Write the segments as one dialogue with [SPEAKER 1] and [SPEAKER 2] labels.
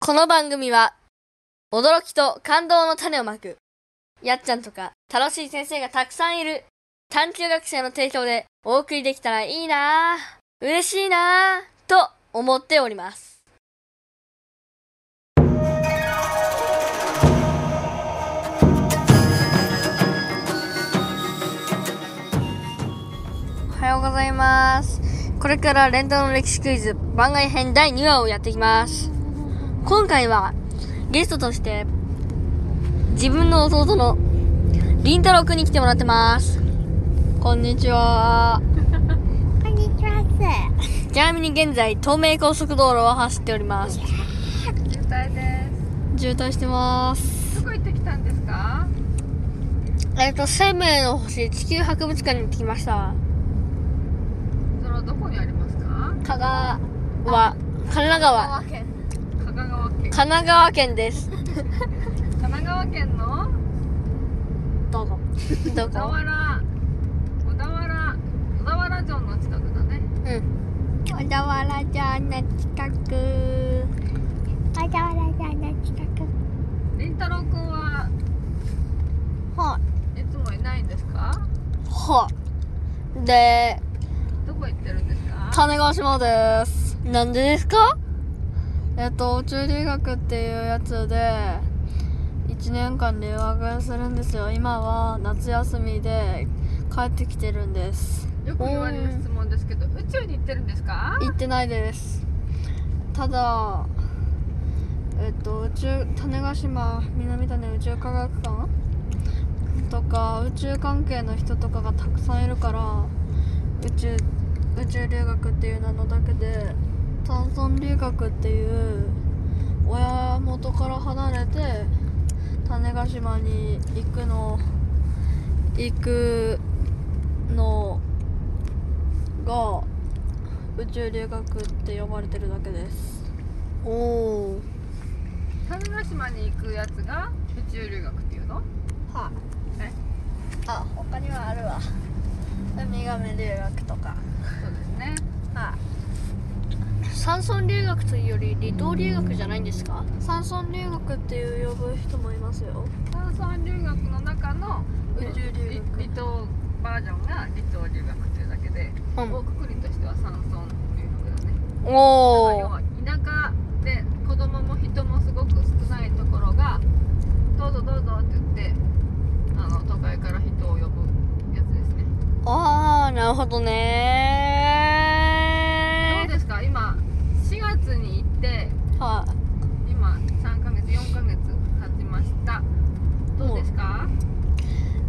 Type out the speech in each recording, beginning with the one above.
[SPEAKER 1] この番組は驚きと感動の種をまくやっちゃんとか楽しい先生がたくさんいる探究学生の提供でお送りできたらいいなぁ嬉しいなぁと思っておりますおはようございますこれから連動の歴史クイズ番外編第2話をやっていきます今回はゲストとして自分の弟のりんたろうくんに来てもらってますこんにちは
[SPEAKER 2] こんにちはす。
[SPEAKER 1] ちなみに現在東名高速道路を走っております
[SPEAKER 3] 渋滞です。
[SPEAKER 1] 渋滞してます
[SPEAKER 3] どこ行ってきたんですか？
[SPEAKER 1] えっと生命の星地球博物館に行ってきました
[SPEAKER 3] それはどこにありますか？
[SPEAKER 1] 香川は神奈川
[SPEAKER 3] 県。神奈川県。
[SPEAKER 1] 神奈川県です
[SPEAKER 3] 神奈川県の
[SPEAKER 1] どうぞどう
[SPEAKER 3] 小田
[SPEAKER 1] ぞ
[SPEAKER 3] 原、小田原、小田原城の近くだね。
[SPEAKER 1] うん小田原城の近く
[SPEAKER 2] わざわざあの近く。
[SPEAKER 3] りんたろうくんは
[SPEAKER 1] はい
[SPEAKER 3] つもいないんですか？
[SPEAKER 1] はいで
[SPEAKER 3] どこ行ってるんですか？
[SPEAKER 1] 種子島ですなんでですかえっと宇宙留学っていうやつで1年間留学するんですよ今は夏休みで帰ってきてるんです
[SPEAKER 3] よく言われる質問ですけど、宇宙に行ってるんですか？
[SPEAKER 1] 行ってないですただえっと宇宙種子島南種宇宙科学館とか宇宙関係の人とかがたくさんいるから宇宙宇宙留学っていう名のだけで炭村留学っていう親元から離れて種子島に行くの行くのが宇宙留学って呼ばれてるだけですおお
[SPEAKER 3] 種子島に行くやつが宇宙留学っていうの？
[SPEAKER 1] は
[SPEAKER 3] え
[SPEAKER 1] あ他にはあるわウミガメ留学とか
[SPEAKER 3] そうですね。
[SPEAKER 1] はい山村留学というより離島留学じゃないんですか山村留学っていう呼ぶ人もいますよ
[SPEAKER 3] 炭酸留学の中の
[SPEAKER 1] 宇宙留
[SPEAKER 3] い
[SPEAKER 1] 学
[SPEAKER 3] 離島バージョンが離島留学っていうだけで。大くくりとしては山村留学だねまあ
[SPEAKER 1] お
[SPEAKER 3] 要は田舎で子供も人もすごく少ないところが「どうぞどうぞ」って言ってあの都会から人を呼ぶやつですね
[SPEAKER 1] ああなるほど
[SPEAKER 3] どう
[SPEAKER 1] ね
[SPEAKER 3] ですか今4月に行って
[SPEAKER 1] はい、
[SPEAKER 3] 今3ヶ月4ヶ月経ちましたどうですか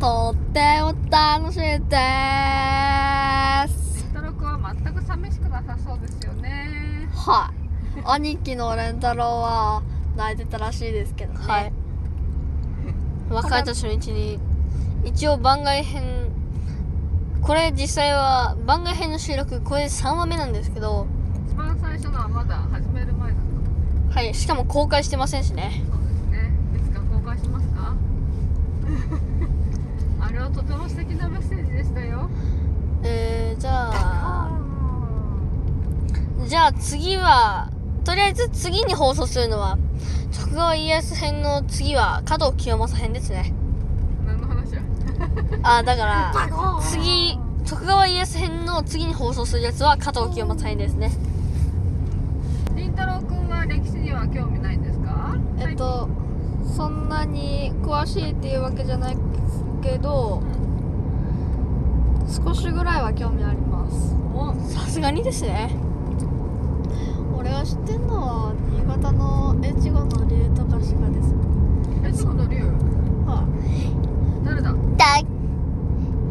[SPEAKER 1] とっても楽しいです
[SPEAKER 3] トロクは全く寂しくなさそうですよね
[SPEAKER 1] はい。兄貴のレンタロウは泣いてたらしいですけどね。
[SPEAKER 3] はい
[SPEAKER 1] 別れた初日に、一応番外編、これ実際は番外編の収録、これ3話目なんですけど、
[SPEAKER 3] 一番最初のはまだ始める前だった
[SPEAKER 1] はい。しかも公開してませんしね。
[SPEAKER 3] そうですね。いつか公開しますか。 あれはとても素敵なメッセージでしたよ。
[SPEAKER 1] えー、じゃ あ、じゃあ次は、とりあえず次に放送するのは、徳川家康編の次は加藤清正編ですね。
[SPEAKER 3] 何の話や。
[SPEAKER 1] あ、だ から、次徳川家康編の次に放送するやつは加藤清正編ですね
[SPEAKER 3] りんたろうくんは歴史には興味ないんですか。
[SPEAKER 1] えっとそんなに詳しいっていうわけじゃないけど少しぐらいは興味あります
[SPEAKER 3] お、
[SPEAKER 1] さすがにですね俺が知ってんのは新潟の越後の竜とかしかです
[SPEAKER 3] え、その竜。
[SPEAKER 1] はい
[SPEAKER 3] 誰だ。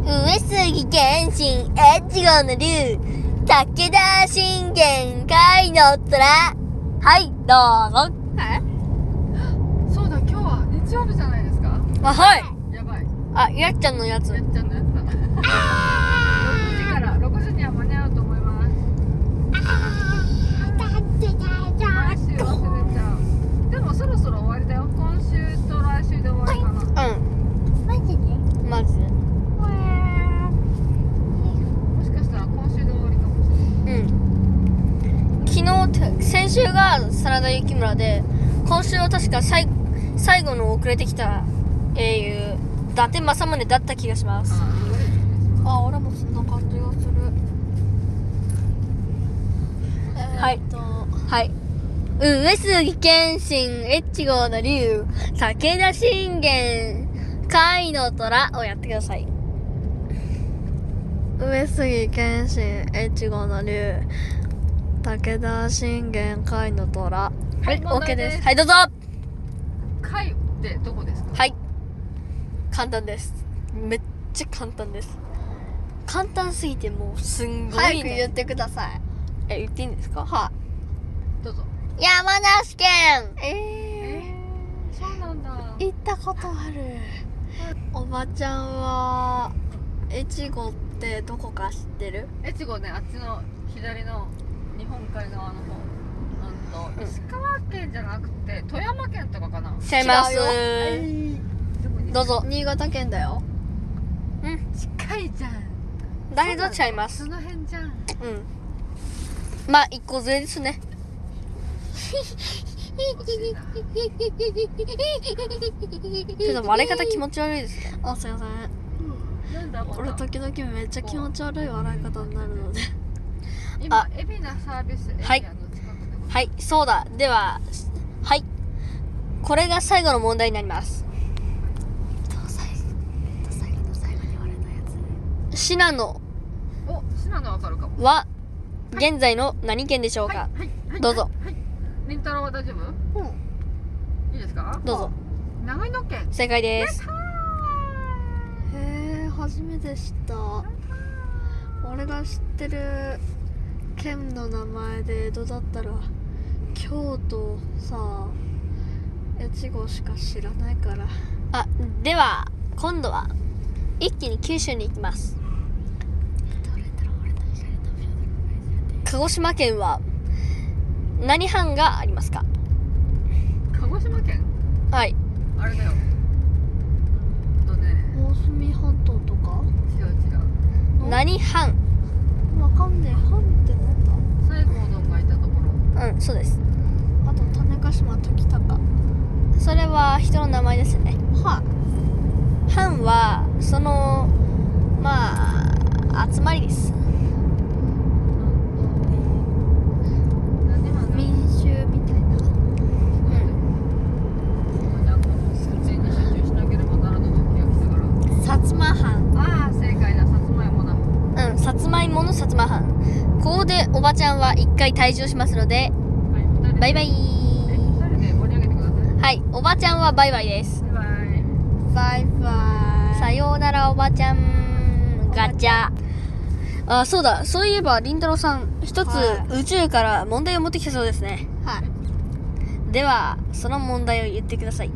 [SPEAKER 1] 上杉謙信越後の竜武田信玄甲斐の虎はいどうぞ
[SPEAKER 3] そうだ、今日は日曜日じゃないですか。
[SPEAKER 1] あはい
[SPEAKER 3] やばい。
[SPEAKER 1] あ、やっちゃんのやつ
[SPEAKER 3] や。っちゃんのやつだ。六時から、六時には間に合うと思います。毎週忘れちゃう。でも、そろそろ終わりだよ。今週と来週で終わりかな。
[SPEAKER 1] う
[SPEAKER 2] マジで。
[SPEAKER 1] ん、マジで。
[SPEAKER 2] わー
[SPEAKER 3] もしかしたら今週で終わりかもしれない。
[SPEAKER 1] うん。て先週が真田幸村で今週は確か最最後の遅れてきた英雄伊達政宗だった気がします
[SPEAKER 3] あー
[SPEAKER 1] あ俺もそんな感じがするはいはい上杉謙信越後の竜武田信玄甲斐の虎をやってください上杉謙信越後の竜武田信玄甲斐の虎は
[SPEAKER 3] はい
[SPEAKER 1] い
[SPEAKER 3] 問題
[SPEAKER 1] OK で
[SPEAKER 3] ですす
[SPEAKER 1] はいどうぞ
[SPEAKER 3] 貝ってどこですか
[SPEAKER 1] はい簡単ですめっちゃ簡単です簡単すぎてもうすんごい、ね、
[SPEAKER 2] てください。
[SPEAKER 1] え言っていいんですかは
[SPEAKER 3] どうぞ
[SPEAKER 2] 山梨県。
[SPEAKER 3] えー、そうなんだ
[SPEAKER 1] 行ったことあるおばちゃんは越後ってどこか知ってる
[SPEAKER 3] 越後ねあっちの左の日本海側の方うんと
[SPEAKER 1] うん
[SPEAKER 3] 石川県じゃなくて富山県とかかな
[SPEAKER 1] 違います
[SPEAKER 3] でも
[SPEAKER 1] どうぞ
[SPEAKER 2] 新潟県だ よ。
[SPEAKER 3] 近いじゃん
[SPEAKER 1] だけど違います
[SPEAKER 3] その辺じゃん
[SPEAKER 1] うんまあ一個ずれですねちょっと割れ方気持ち悪いですね
[SPEAKER 2] あ、すいません。
[SPEAKER 3] なんだこれ
[SPEAKER 2] 俺時々めっちゃ気持ち悪い笑い方にな るので。
[SPEAKER 3] 今
[SPEAKER 1] あ
[SPEAKER 3] 海老名サービスエリアの近くでございます
[SPEAKER 1] はいそうだでははいこれが最後の問題になります
[SPEAKER 2] 最後の最後に割れたやつ。
[SPEAKER 1] 信濃
[SPEAKER 3] お信濃わかるかも
[SPEAKER 1] は現在の何県でしょうか、
[SPEAKER 3] はいはい
[SPEAKER 1] どうぞ
[SPEAKER 3] はいりんたろは大丈夫
[SPEAKER 2] うん
[SPEAKER 3] いいですか
[SPEAKER 1] どうぞ
[SPEAKER 3] 長野県
[SPEAKER 1] 正解です
[SPEAKER 2] へえ初めて知った俺が知ってる県の名前で江戸だったら京都さ越後しか知らないから
[SPEAKER 1] あでは今度は一気に九州に行きます鹿児島県は何藩がありますか
[SPEAKER 3] 鹿児島県
[SPEAKER 1] はい
[SPEAKER 3] あれだよえっとね
[SPEAKER 2] 大隅半島とか
[SPEAKER 3] 違う違う
[SPEAKER 1] 何藩
[SPEAKER 2] わかんねえ半ってなんだ
[SPEAKER 3] 西郷どんがいたところ
[SPEAKER 1] うんそうです
[SPEAKER 2] あと種子島時高
[SPEAKER 1] それは人の名前ですね
[SPEAKER 2] は
[SPEAKER 1] 藩はそのまあ集まりです
[SPEAKER 3] なんで今
[SPEAKER 2] 民衆みたいな
[SPEAKER 3] なんか撮影に集中しなければならぬ時が来たから
[SPEAKER 1] 薩摩藩
[SPEAKER 3] ああ正解ださつまいもだ
[SPEAKER 1] うん薩摩芋の薩摩藩ここでおばちゃんは一回退場しますので
[SPEAKER 3] はい二人で
[SPEAKER 1] バイバイ
[SPEAKER 3] え二人で盛り上げてください
[SPEAKER 1] はいおばちゃんはバイバイです
[SPEAKER 3] バイバイ
[SPEAKER 2] バイバ
[SPEAKER 1] さようならおばちゃんガチャあそうだそういえばりんたろうさん一つ
[SPEAKER 2] は
[SPEAKER 1] 宇宙から問題を持ってきたそうですね
[SPEAKER 2] はい
[SPEAKER 1] ではその問題を言ってくださいう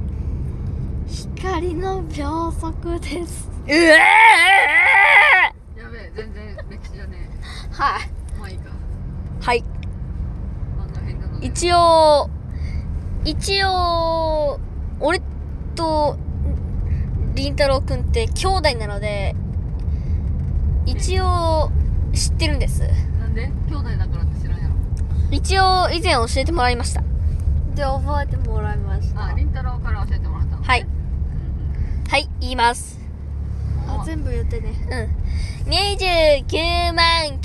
[SPEAKER 2] 光の秒速です
[SPEAKER 1] え
[SPEAKER 3] やべえ全然歴史じゃね
[SPEAKER 2] はい
[SPEAKER 3] えまあいいか
[SPEAKER 1] はい
[SPEAKER 3] あの辺なので
[SPEAKER 1] 一応一応俺とりんたろうくんって兄弟なので一応知ってるんです
[SPEAKER 3] なんで兄弟だからって知らんやろ
[SPEAKER 1] 一応以前教えてもらいました
[SPEAKER 2] で覚えてもらいました
[SPEAKER 3] ありんたろうから教えてもらったの
[SPEAKER 1] はいはい言います
[SPEAKER 2] あ全部言ってね
[SPEAKER 1] うん。29万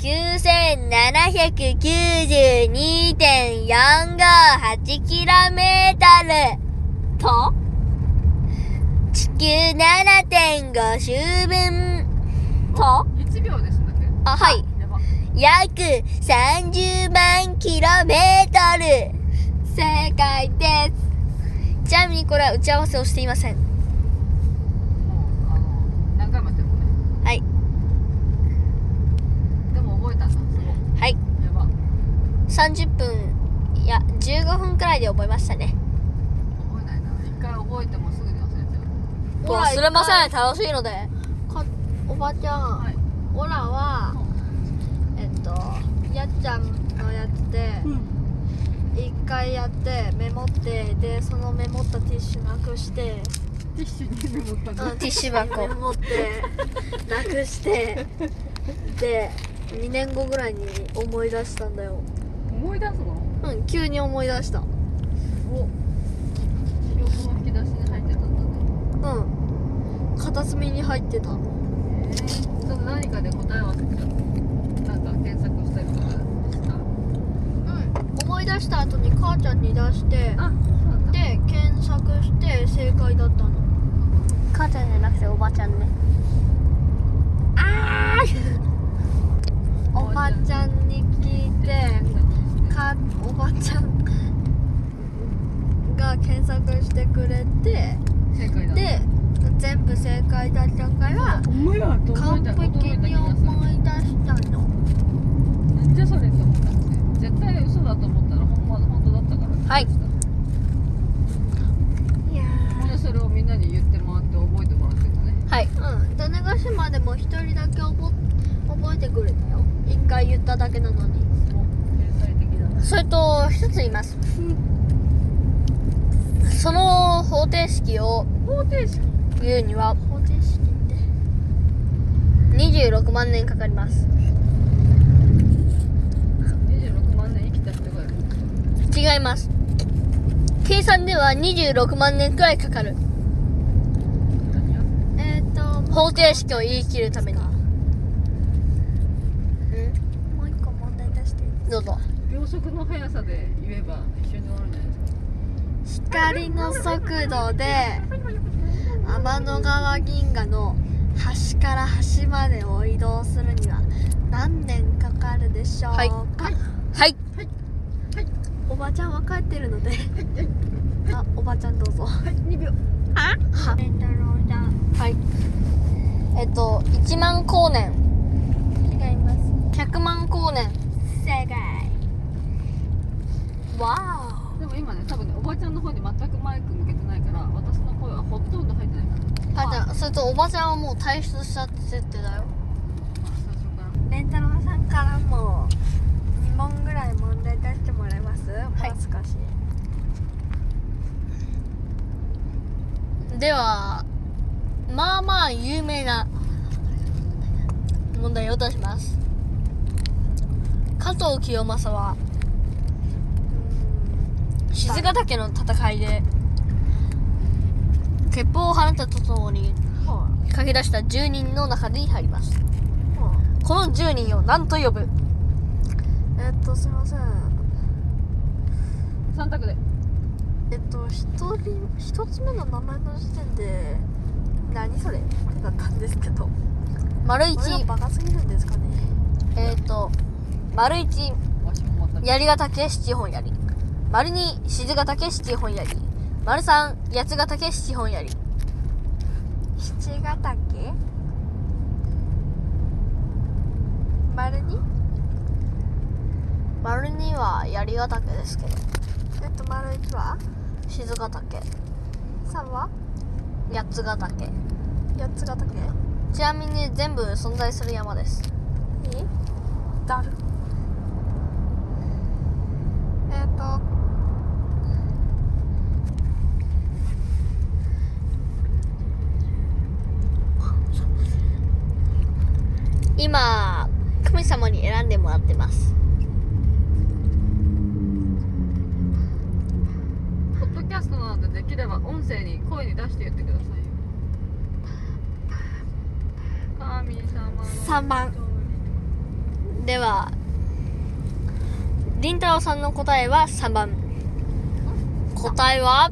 [SPEAKER 1] 9792.458キロメートルと地球7.5周分と
[SPEAKER 3] 1秒ですんだっけ
[SPEAKER 1] あ、はい。
[SPEAKER 3] やば
[SPEAKER 1] 約30万キロメートル正解ですちなみにこれは打ち合わせをしていません。
[SPEAKER 3] もうあの何回もやってるもんね
[SPEAKER 1] はい
[SPEAKER 3] でも覚えたんだすご
[SPEAKER 1] はい。
[SPEAKER 3] いやば覚
[SPEAKER 1] 30分、いや、15分くらいで覚えましたね。
[SPEAKER 3] えないな一回覚えてもすぐに忘れちゃう
[SPEAKER 1] 忘れません楽しいので
[SPEAKER 2] かおばちゃん、
[SPEAKER 3] はい
[SPEAKER 2] オラはえっとやっちゃんのやつで一、回やってメモってでそのメモったティッシュなくして
[SPEAKER 3] ティッシュにメモっ
[SPEAKER 1] テ
[SPEAKER 3] た
[SPEAKER 1] ィッシュ
[SPEAKER 2] メ
[SPEAKER 1] 箱
[SPEAKER 2] モってなくしてで2年後ぐらいに思い出したんだよ
[SPEAKER 3] う思い出すの
[SPEAKER 2] うん急に思い出した
[SPEAKER 3] お記憶の引き出しに入ってたんだね
[SPEAKER 2] うん片隅に入ってた
[SPEAKER 3] えー、その何かで答え合わせちゃったなんか検索したりとかした
[SPEAKER 2] 思い出した後に母ちゃんに出して
[SPEAKER 3] あそうなんだ
[SPEAKER 2] で検索して正解だったの
[SPEAKER 1] 母ちゃんじゃなくておばちゃんね
[SPEAKER 2] おばちゃんに聞いてかおばちゃんが検索してくれて
[SPEAKER 3] 正解だ
[SPEAKER 2] で全部正解だったから
[SPEAKER 3] お前らと
[SPEAKER 2] 完璧に思い出したの
[SPEAKER 3] なんじゃそれって思ったんですよ絶対嘘だと思ったらほんま本当だったから
[SPEAKER 1] はい
[SPEAKER 2] いや
[SPEAKER 3] でそれをみんなに言ってもらって覚えてもらってたね
[SPEAKER 1] はい
[SPEAKER 2] うん種子島でも一人だけ覚覚えてくれたよ一回言っただけなのに
[SPEAKER 3] もう天才的だな
[SPEAKER 1] それと一つ言いますその方程式を
[SPEAKER 3] 方程式
[SPEAKER 1] 言うには
[SPEAKER 2] 方程式って
[SPEAKER 1] 26万年かかります
[SPEAKER 3] 26万年生きた人がいる
[SPEAKER 1] 違います計算では26万年くらいかかる
[SPEAKER 3] 何や
[SPEAKER 2] えっ、と
[SPEAKER 1] 方程式を言い切るためにうん
[SPEAKER 2] もう一個問題出して
[SPEAKER 1] どうぞ
[SPEAKER 3] 秒速の速さで言えば一緒に終わるんじゃないですか
[SPEAKER 2] 光の速度で天の川銀河の端から端までを移動するには何年かかるでしょうか、
[SPEAKER 1] はいはい
[SPEAKER 2] おばちゃんは帰ってるの であおばちゃんどうぞ
[SPEAKER 3] はい2秒
[SPEAKER 1] ははいえっと1万光年
[SPEAKER 2] 違います
[SPEAKER 1] 100万光年
[SPEAKER 2] 正解わ
[SPEAKER 3] でも今ね多分ねおばちゃんの方に全くマイク向けてないから私の声はほとんど入ってないから
[SPEAKER 1] あじゃあそれとおばちゃんはもう退出したって設定だよ
[SPEAKER 3] まあ最初から
[SPEAKER 2] おレンタロウさんからも2問ぐらい問題出してもらえますもう少し
[SPEAKER 1] ではまあまあ有名な問題を出します加藤清正は静ヶ岳の戦いで鉄砲を放ったとともに
[SPEAKER 2] は
[SPEAKER 1] 駆け出した10人の中に入ります
[SPEAKER 2] いは
[SPEAKER 1] この10人を何と呼ぶ
[SPEAKER 2] いえっとすいません
[SPEAKER 3] 3択で
[SPEAKER 2] えっと一人一つ目の名前の時点で何それってなったんですけど
[SPEAKER 1] 丸
[SPEAKER 2] これが
[SPEAKER 1] 1
[SPEAKER 2] バカすぎるんですかね
[SPEAKER 1] えっ、と丸1
[SPEAKER 3] わしも全く
[SPEAKER 1] 槍ヶ岳七本槍丸2静ヶ岳七本槍丸3八ヶ岳七本槍
[SPEAKER 2] 七ヶ岳丸に
[SPEAKER 1] 丸2は槍ヶ岳ですけど
[SPEAKER 2] えっと丸一は
[SPEAKER 1] 静ヶ岳
[SPEAKER 2] 三は
[SPEAKER 1] 八ヶ岳
[SPEAKER 2] 八つヶ岳
[SPEAKER 1] ちなみに全部存在する山です
[SPEAKER 2] えだるえっ、と
[SPEAKER 1] 今神様に選んでもらってます
[SPEAKER 3] ポッドキャストなのでできれば音声に声に出して言ってくださいよ神様の
[SPEAKER 2] 三番
[SPEAKER 1] ではりんたろさんの答えは3番答えは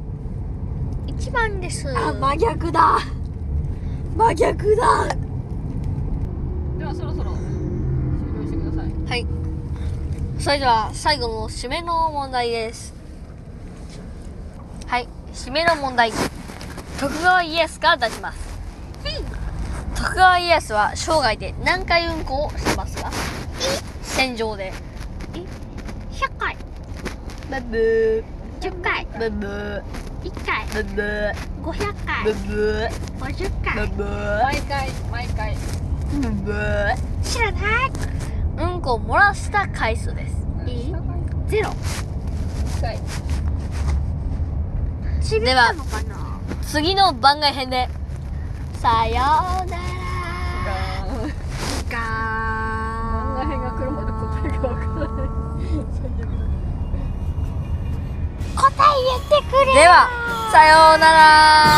[SPEAKER 1] 1番です
[SPEAKER 2] あ真逆だ真逆だ
[SPEAKER 3] ではそろそろ終了してください
[SPEAKER 1] はいそれでは最後の締めの問題ですはい締めの問題徳川家康が出します徳川家康は生涯で何回運行をしてますか戦場で
[SPEAKER 2] 100回
[SPEAKER 1] ブブ
[SPEAKER 2] 10回
[SPEAKER 1] ーブブー
[SPEAKER 2] 1回
[SPEAKER 1] ブブー
[SPEAKER 2] 500
[SPEAKER 1] ブ
[SPEAKER 2] 回
[SPEAKER 1] ブー
[SPEAKER 2] 50
[SPEAKER 1] ブ
[SPEAKER 2] 回
[SPEAKER 1] ブー
[SPEAKER 3] 毎回毎回
[SPEAKER 1] ブブー
[SPEAKER 2] 知らない
[SPEAKER 1] うんこを漏らした回数です
[SPEAKER 2] え
[SPEAKER 3] 一
[SPEAKER 2] ゼロ
[SPEAKER 3] 回
[SPEAKER 2] ちびったのかな
[SPEAKER 1] 次の番外編で
[SPEAKER 2] さようなら
[SPEAKER 3] あー
[SPEAKER 2] ガー
[SPEAKER 3] こんな辺が来るまで答えがわからない最悪だ
[SPEAKER 2] 言ってくれ
[SPEAKER 1] ではさようなら